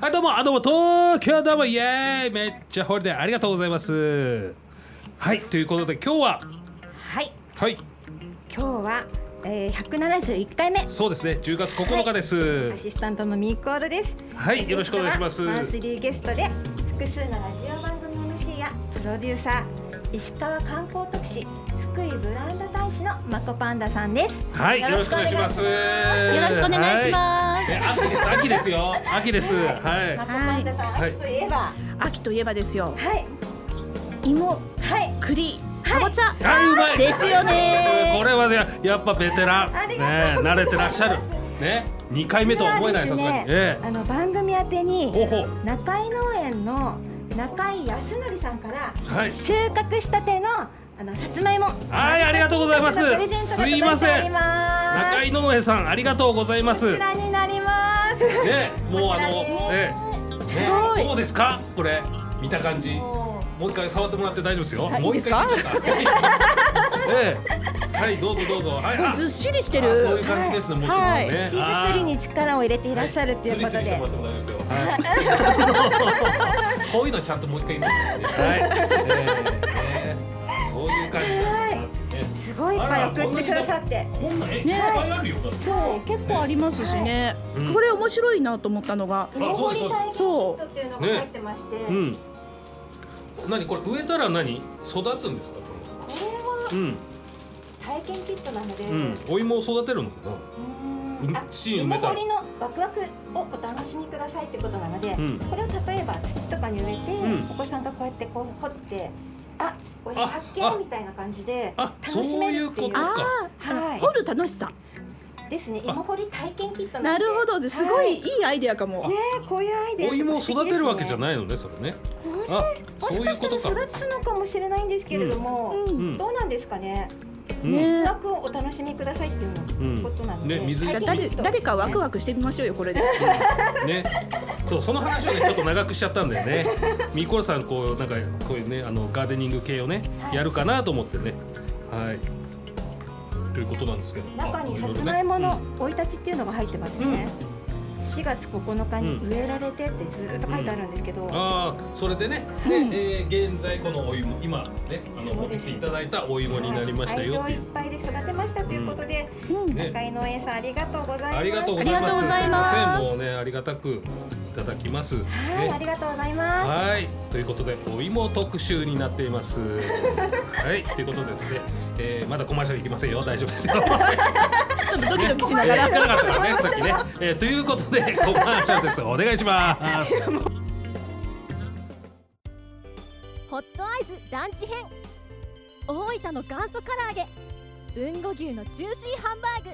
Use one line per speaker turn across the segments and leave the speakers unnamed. はいどうもあどうも東京どうもイエーイめっちゃホリデーありがとうございますはいということで今日は
はい
はい
今日は、えー、171回目
そうですね10月9日です
アシスタントのミーコールです
はい、よろしくお願いしま
ゲ
す
ストはマンスリーゲストで複数のラジオ番組 MC やプロデューサー石川観光特使福井ブランド大使のマコパンダさんです
はいよろしくお願いします
よ
よ
ろしくお願いします。
秋です秋ですよ秋ですは
マコパンダさん、
はい
秋といえばは
秋といえばですよ。
い芋はい
栗、かぼちゃ、
いあうまい
ですよ
こ
ね。
れはねやっぱベテラン
あ
ね
りがとうございます
慣れてらっしゃるね2回目とは思えない
こ
さす
れ
が
は
に
ですね
ええ
あの番組宛てに
ほうほう
中井農園の中井康則さんから
はい
収穫したてのあのさつまいも
はいありがとうございます
プレゼントが届いております
いません中井農園さんありがとうございま
こ
す
ちらになります。
ねもうあの
こちらです
ええね
すごい
どうですかこれ見た感じもう一回触ってもらって大丈夫ですよ
はい
もう一回
いい
切っちゃった ええはいどうぞどうぞはいあ
ずっしりして
あそうい
る
う。感じですね、もちろんね、
はい
チーズ作りに力を入れてい
い
らっしゃるっていうこと
スリスリして
で
も。らっても大丈夫ですよ、 はい、こういうのちゃんともう一回言うんですねはい、ええねそういう感じなんだね
すごいいっぱい送ってくださって。
こんなえ、い
ね
っぱいあるよだって
そう、結構ありますしね
うん。
これ面白いなと思ったのが。
あ
芋
そう
掘
で
り
すそうです
体験キットっていうのが入ってまして、こ
う
れ
ん。何これ植えたら何育つんですかこ
は
れ。うん
体験キットなので、
う
うんん。
お芋を育てるのかな。
あ
土に埋
芋
めた
掘
ら
りのワクワクをお楽しみくださいってことなので、
ん
これを例えば土とかに植えて、
うん
お子さんがこうやってこう掘って、あ、お
あ
発
あ
見みたいな感じで
あ
楽しめるって
そういうこ。と
いう
あ
は
あ、
い
掘る楽しさ。
ですね。芋掘り体験キット
なるほどです。すごいいいアイデアかも
ね。えこういうアイデア
お芋を育てるわけじゃ
い
ないのねそれね。
これ
あ
も
そ
し
うい
か
う
し
こ
た
とか。
ら育つのかもしれないんですけれども、
う。
うんん
どうなんですかね
うん
ね。
枠をお楽しみくださいっていう
うん
ことなので、
ね水
じゃあ誰誰かワクワクしてみましょうよこ れで。
ね。そうその話をねちょっと長くしちゃったんだよね。ミコルさんこうなんかこういうねあのガーデニング系をね
はい
やるかなと思ってね。はい。ということなんですけど。
中に
あ
さ
ろろ
つ
ね
まいも
う
の
ん
生い立ちっていうのが入ってますね、4月9日に植えられてってずーっと書いてあるんですけど、
ああそれでね、
うん
でえー現在このお芋今ねあの
そ
持っ
う
て
で
き
す
ていただいたお芋になりましたよっ
は
て
い愛
い
情
う
いっ。ぱいで育てましたということで、
うん
ね
中井農園さんありがとうございます
ありがとうございます。
ありがとうございま
せ
す
んもうねありがたくいただきます。ね
はい、ありがとうございます
はいということでお芋特集になっています。 はいということでですね、えー、まだコマーシャル行きませんよ大丈夫ですよ。
ちょ っとドキドキし
な
ながら。
なかったからねさっきね、えー、ということでコマーシャルですお願いします。
ホットアイズランチ編大分の元祖唐揚げ豊後牛のジューシーハンバーグ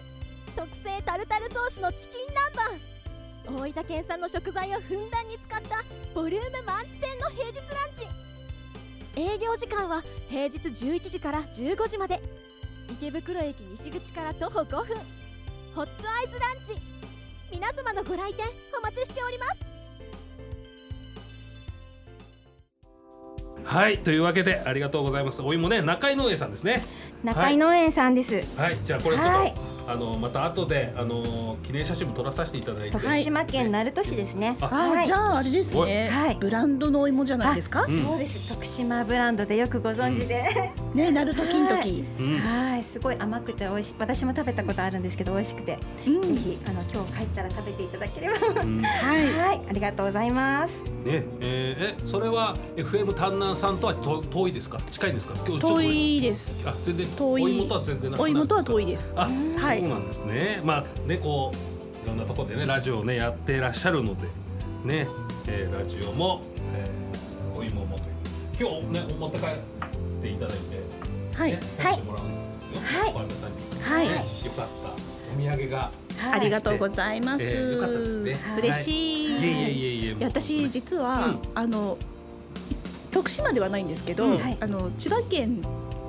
特製タルタルソースのチキン南蛮大分県産の食材をふんだんに使ったボリューム満点の平日ランチ営業時間は平日11時から15時まで池袋駅西口から徒歩5分ホットアイズランチ皆様のご来店お待ちしております
はいというわけでありがとうございます。お芋ね中井農園さんですね。
中井農園さんです、
はい、じゃあこれちょっと、
はい
あのまた後であの記念写真も撮らさせていただいて、
徳島県鳴門市ですね
あ
あ
は
あ、
い
じゃああれですね
はい。
ブランドのお芋じゃないですか
う。ん
そうです徳島ブランドでよくご存知で、
ね、なると金時。
うん、
はいすごい甘くて美味しい私も食べたことあるんですけど美味しくて、
うん
ぜ。ひあの今日帰ったら食べていただければ
うんね
はい。
はいありがとうございます
えーえそれは FM 丹南さんとはと遠いですか近いんですか今日ちょっと
遠いです。
あ全然
遠い
お芋とは全然なくなる
お芋とは遠
い
いです。
あ、
はい
そうなんですねまあねこういろんなところでねラジオをねやってらっしゃるのでね、えーラジオも、えーお芋もという今日ね持って帰っていただいて
は
ね
い。、
食べてもらうんですよ、
はい
小山さんに、
はい
ねよかったお土産が、
ありがとうございます。
えーよかったですねはい
嬉しい。
いえいえいえいえ
いや私実は、
うん
あの徳島ではないんですけど、
うん
あの千葉県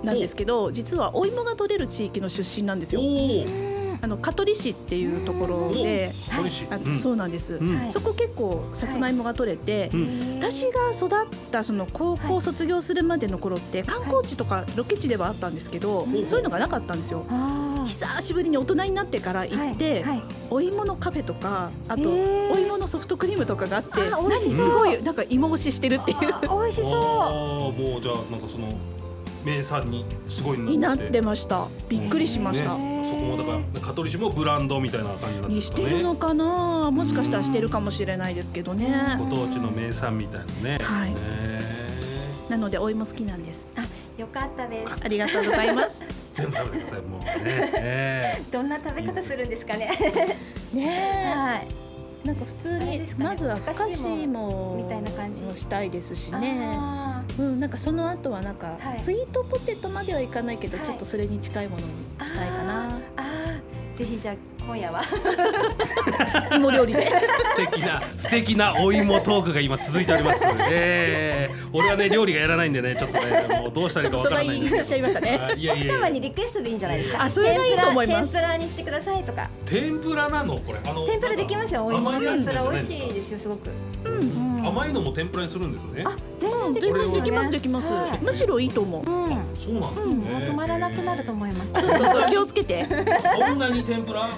なんですけど、実はお芋が取れる地域の出身なんです
お
よ。
おー
あの香取市っていうところで、
おいしい、
あ
うん
そうなんです。
うん
はい
そこ結構さつまいもが取れて。
うん
私が育ったその高校卒業するまでの頃って観光地とかロケ地ではあったんですけど、
い
そういうのがなかったんですよ。
あ
久しぶりに大人になってから行って、
はいはい
お芋のカフェとかあと、
へー
お芋のソフトクリームとかがあって
あ美
何
味しそう
すごいなんか芋推ししてるっていう
あ美味しそ
あーもうじゃあなんかその名産にすごい
になってましたびっくりしました、
ね
そこもだから香取市もブランドみたいな感じになって
にしてるのかなもしかしたらしてるかもしれないですけどね
ご当地の名産みたいなね。
はい
ね
なのでお芋好きなんです
うよかったです
ありがとうございます
全部食べてくださいもうね。ね
どんな食べ方するんですかね
ね
はい
えなんか普通
あれ
に、
ですかね
まずはふかしも
みたいな感じ
もしたいですしね
あ
うんなんかその後はなんか、
はい
スイートポテトまではいかないけど、
はい
ちょっとそれに近いものにしたいかな
ーあーぜひじゃあ今夜は
芋料理で
素敵な素敵なお芋トークが今続いております。ええ俺はね料理がやらないんでねちょっとねもうどうしたらいいかわからないんですけど。
ちょっとそれが言い出しちゃいました
ね。いやい
今
や
晩
い
に
や。
リクエストでいいんじゃないですか
あそれがいいと思いま
天ぷ
す
ら天ぷらにしてくださいとか
天ぷらなのこれあの
天ぷらできますよお芋の
甘いやつ
天ぷ
じゃ
ら
な
美
い
味しい
で
ですよすごく
すか。
うん
甘いのも天ぷらにするんですよね。
あ全
う
然
ん
でき
全
ますよ
然できます
ね
できます、
はい
むしろいいと思う
うんも
そうなんです
う
ね。
止まらなくなると思います
そうそうそう気をつけて
そんなに天ぷら？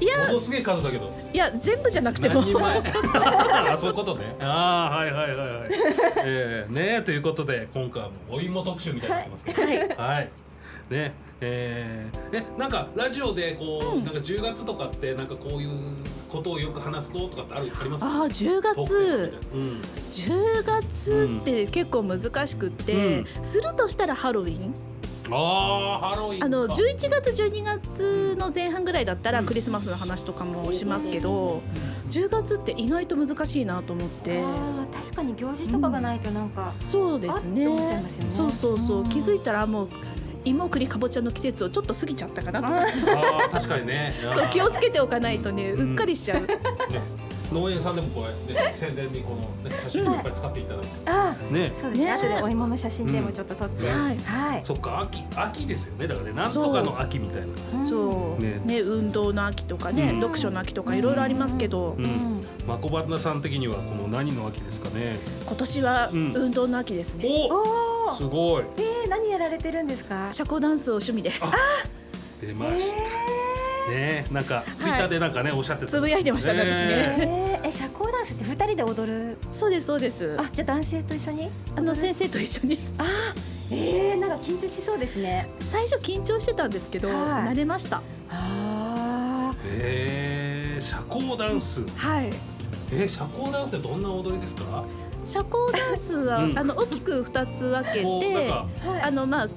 いや
ものすげえ数だけど。
いや全部じゃなくても
何人前あそういうことねああはいはいはい はい、えー、ねということで今回はもうお芋特集みたいになってますけど
はい
はいねえー、えなんかラジオでこう、
うん
なんか10月とかってなんかこういうことをよく話すととかってあるあります
ああ10
トーク
月
みたいなうん
10月って結構難しくって、するとしたらハロウィン
あーハロウィンか
あの11月12月の前半ぐらいだったらクリスマスの話とかもしますけど10月って意外と難しいなと思って
あー確かに行事とかがないとなんか、
そうですね
あって思っちゃいますよね
そうそうそううん気づいたらもう芋栗かぼちゃの季節をちょっと過ぎちゃったかなと
あ
あー確かにね
そう気をつ
て
けておかないとね
うん
うっかりしちゃう
農園さんでもこうやって宣伝にこの、ね、写真をいっぱい使っていただいて
あ
ね
そうですね
ね
後でお芋の写真でもちょっと撮っ
う
て、
ん
は
はいい、
そっか秋秋ですよねだからねなんとかの秋みたいな
そう
ね
ね運動の秋とかね
うん
読書の秋とかいろいろありますけど
う
うんん、
マコバナさん的にはこの何の秋ですかね。
今年は
うん
運動の秋ですね
お、
お
す
ー
ごい。
えー、何やられてるんですか
社交ダンスを趣味で
出ました。ね、なんかツイッターでなんかね、おっしゃってた。
つぶやいてましたね私
え
ね
ね
ー、え社交ダンスって二人で踊る
そうですそうです
あじゃあ男性と一緒に
あの先生と一緒に
あーえー、なんか緊張しそうですね
最初緊張してたんですけど、
はい
慣れました。
あ
えー、社交ダンス。
はい
えー、社交ダンスってどんな踊りですか。
社交ダンスは、
うん
あの大きく二つ分け
こうなん
て、
か、
はい
あのまあ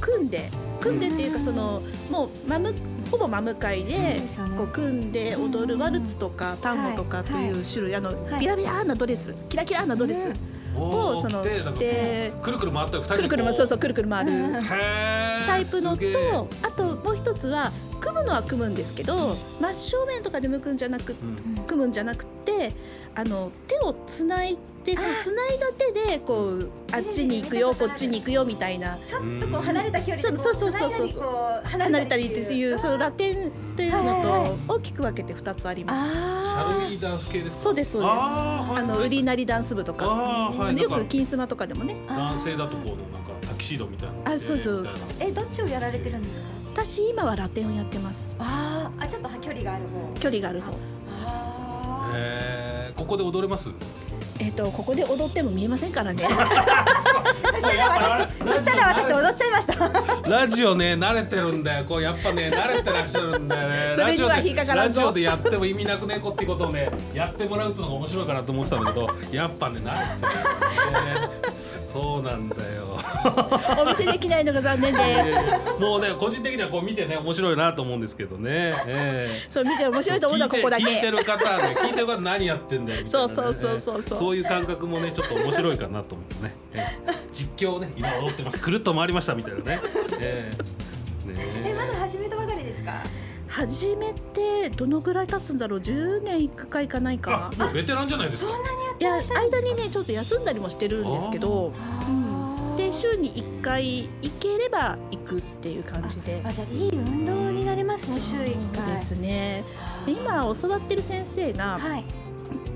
組んで組んでっていうかそのもうまむほぼ真向かい
そう
で
ですよね
こう組んで踊るワルツとかタンゴとかっていう種類、あ
は
の
い
ビラビラなドレス、キラキラなドレス
うん
お
をその
来て、なんか
着
こ
て
う、くるくる回ったり、二人
くるくるまそうそうくるくる回る
うん
う。へー
タイプの
すげえ
とあともう一つは組むのは組むんですけど真正面とかで向くんじゃなくて
うん
組むんじゃなくてあの手をつないでそのつないだ手でこうあっちに行くよこっちに行くよみたいな
ちょっとこう離れた距離でこ
そうそうそうそうそう
こう
離
離
れ
れ
た
た
り
り
っ
ってて
い
いう
うそのラテンという
はいはいは
のと大きく分けて2つあります。
シ
あ
ャル
ー
ビーダンス系ですか。
そうですそうです。
あーはい
あの売りなりダンス部とか
あーはい
よ
なん
く
か
金スマとかでもね
男性だとこうなんかタキシードみたいな。
あそうそう
みたいな
えどっちをやられてるんですか
私今はラテンをやってます
あーあちょっと距離がある方
距離がある方
あー
えー、ここで踊れます。
えっ、とここで踊っても見えませ んからね
そしたら私そしたら私踊っちゃいました
ラジオね慣れてるんだよこうやっぱね慣れてらっしゃるんだよね
それには
ラジオで
引っかからんぞ
ラジオでやっても意味なくねこってことをねやってもらうっていうのが面白いかなと思ってたんだけどやっぱね慣れてるんだよねそうなんだ よ
お見せできないのが残念で
もうね個人的にはこう見てね面白いなと思うんですけどね、ええ
すそう見て面白いと思うのはここだけ
聞いて聞いてる方はね聞いてる方何やってんだよみたいなね
そうそうそうそうそう
そういう感覚もねちょっと面白いかなと思って ね、ええ実況をね今踊ってます くるっと回りましたみたいなね、ええねえ
えまだ始めたばかりですか
始めてどのぐらい経つんだろう10年行くか行かない
あ
か
もうベテランじゃないですか
いや間にねちょっと休んだりもしてるんですけど
あー
で週に1回行ければ行くっていう感じで
あじゃあいい運動になりますね週一
そう
回
ですねで今教わってる先生が
はい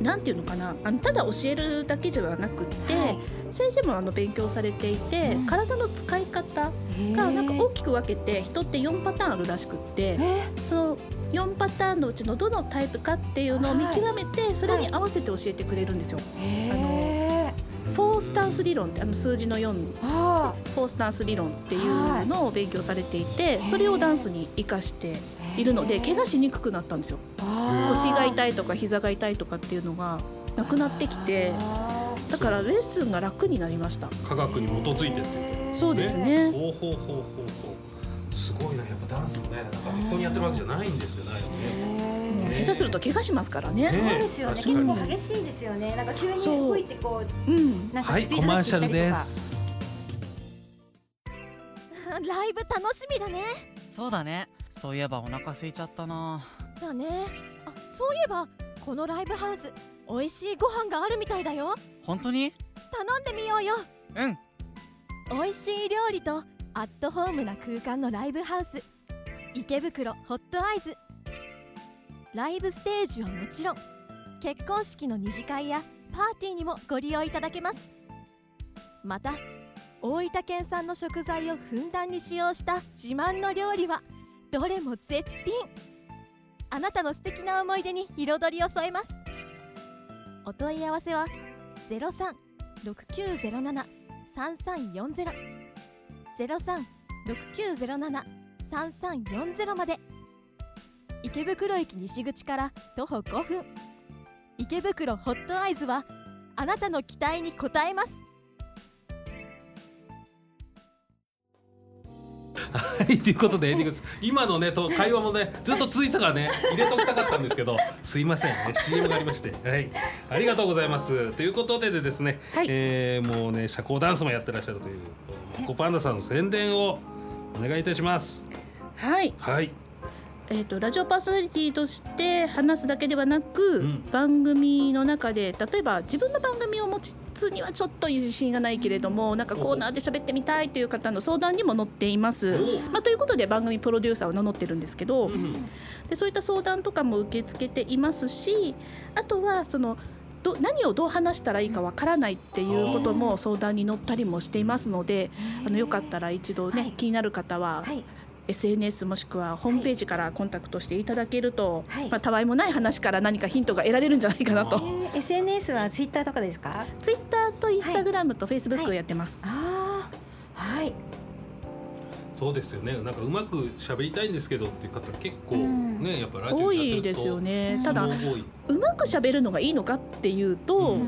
なんていうのかなあのただ教えるだけではなくって、
はい
先生もあの勉強されていて、
うん
体の使い方がなんか大きく分けて人って4パターンあるらしくって
え
その4パターンのうちのどのタイプかっていうのを見極めてそれに合わせて教えてくれるんですよ。
え
フォースタンス理論ってあの数字の4の
あ
フォースタンス理論っていうのを勉強されていて
はい
それをダンスに生かして
ー
いるので怪我しにくくなったんですよ。
あー
腰が痛いとか膝が痛いとかっていうのがなくなってきて
あ
だからレッスンが楽になりました
科学に基づいてっていう
ー
そうです
ほ
ね
うほうほうほうほうすごいなやっぱダンスもねなんか適当にやってるわけじゃないんですよね
へー
下手すると怪我しますから
ね
ね
そうですよね。
確か
結
に
構激しいですよね。なんか急に
そう
動いてこう
うん
なんか
は
ス
い
ピー
コ
ド
マー
出し
シ
て
ャ
きた
ル
りと
で
か。
す
ライブ楽しみだね
そうだねそういえばお腹空いちゃったな
だねあそういえばこのライブハウス美味しいご飯があるみたいだよ
本当に
頼んでみようよ
うん
美味しい料理とアットホームな空間のライブハウス池袋ホットアイズライブステージはもちろん結婚式の二次会やパーティーにもご利用いただけますまた大分県産の食材をふんだんに使用した自慢の料理はどれも絶品あなたの素敵な思い出に彩りを添えますお問い合わせは036907 3340ゼロ三六九ゼロ七三三四ゼロまで池袋駅西口から徒歩5分池袋ホットアイズはあなたの期待に応えます
はいということでエンディングです今のねと会話もねずっと続いてたからね入れときたかったんですけどすいませんね CM がありましてはいありがとうございますということででですね、
はい
えーもうね社交ダンスもやってらっしゃるというマコパンダさんの宣伝をお願いいたします
はい、
はい
えー、とラジオパーソナリティとして話すだけではなく、
うん
番組の中で例えば自分の番組を持つにはちょっと自信がないけれどもなんかコーナーで喋ってみたいという方の相談にも載っていま
お
す。まあ、ということで番組プロデューサーを名乗ってるんですけど、
おうん
でそういった相談とかも受け付けていますしあとはそのど何をどう話したらいいかわからないっていうことも相談に乗ったりもしていますのであのよかったら一度ね、
はい
気になる方は、
はい。
SNS もしくはホームページからコンタクトしていただけると、
はい
まあ、たわいもない話から何かヒントが得られるんじゃないかな
あ
と
ー
SNS はツイッターとかですか？
Twitter と Instagram と Facebook をやってます。
ああはい。
そうですよねなんかうまく喋りたいんですけどっていう方結構
うん
ね、やっぱラジ
多
オやってると
いですよね、
うん
ただ
相撲多いう
まく喋るのがいいのかっていうと、
う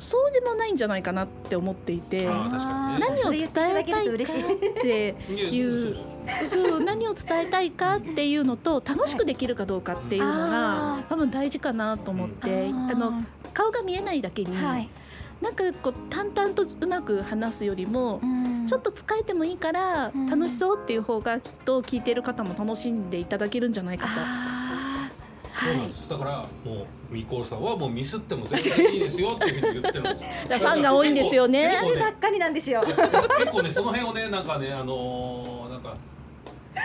そうでもないんじゃないかなって思っていて
あー確かにね
何を伝えたいか
それ言っていただけると嬉しい。
で
いや
いう
そうそう
そう何を伝えたいかっていうのと楽しくできるかどうかっていうの
あ
が多分大事かなと思ってあの顔が見えないだけに、
はい。
なんかこう淡々とうまく話すよりもちょっと疲れてもいいから
うん
楽しそうっていう方がきっと聞いてる方も楽しんでいただけるんじゃないかと。
あ
そう
は
なん
い
です、だからもうミーコールさんはもうミスっても全然いいですよっていうふうに言ってるんですよ
だからファンが多いんですよね
結
あ。
構
それば
ね
っかりなんですよ。
結構ねその辺をねなんかねあのー、なんか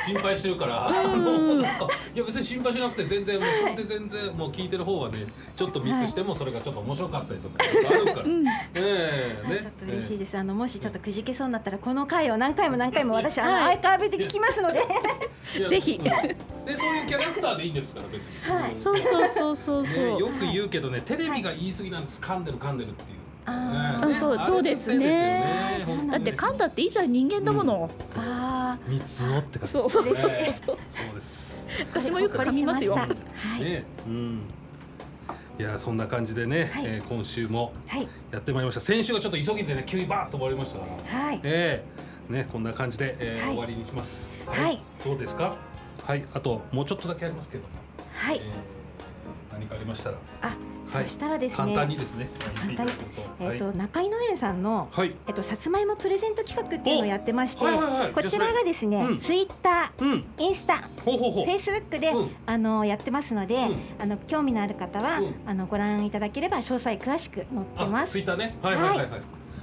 心配してるから、あのなんかいや別に心配しなくて全然もうそれで全然もう聞いてる方はねちょっとミスしてもそれがちょっと面白かったりとかあるから、
うん、
ええね
ちょっと嬉しい
え
です。あのもしちょっとくじけそうになったらこの回を何回も何回も私あの
は
ア
い
イカーブで聞きますので。
えいや
ぜ
う
ひ
んでそういうキャラクターでいいんですから別に、
はい
そうそうそうそう
ね、
そ
よ
う。
く言うけどね、テレビが言い過ぎなんです。噛んでる噛んでるっていう。
あー
ね
うんそう
あれ
そうです
そ
ね
うですよね
だって噛んだっていいじゃん人間だもの。
あ
三つをって感じ。
そうそうそうそう
ね
そう。
そうです。
私もよく噛みますよ
わ。かりましたはい。
ね、うん。いやそんな感じでね、
はい
えー今週も
はい。
やってまいりました。先週がちょっと急ぎでね、急にバーッと終わりましたから。
はい。
ええねこんな感じで、えー
はい
終わりにします。
はい。
どうですか。はい。あともうちょっとだけありますけど、
は
え
い。
ー何かありましたら
あ、
はい
そしたらです
簡単
ね。
にですね。
簡単に
言っていただけ
えっ、
ると
と中井農園さんの
はい。はい。
えっとさつまいもプレゼント企画っていうのをやってまして、
おはいはいはい
こちらがですね、
うん
ツイッタ
うん。
ー、インスタ、フ
ほうほうほう。
ェイスブックで、
うん
あのやってますので、
うん
あの興味のある方は、
うん
あのご覧いただければ詳細詳しく載ってま
あ、
す
ツイ。ッターね。はいはいはいはい。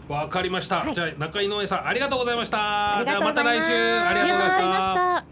わかりました。
はい
じゃあ中井農園さんありがとうございました。
りがとうございます
じゃあまた来週ありが
あり
とう
が
ご
とう
ざい
ござい
ま
ま
し。
したた。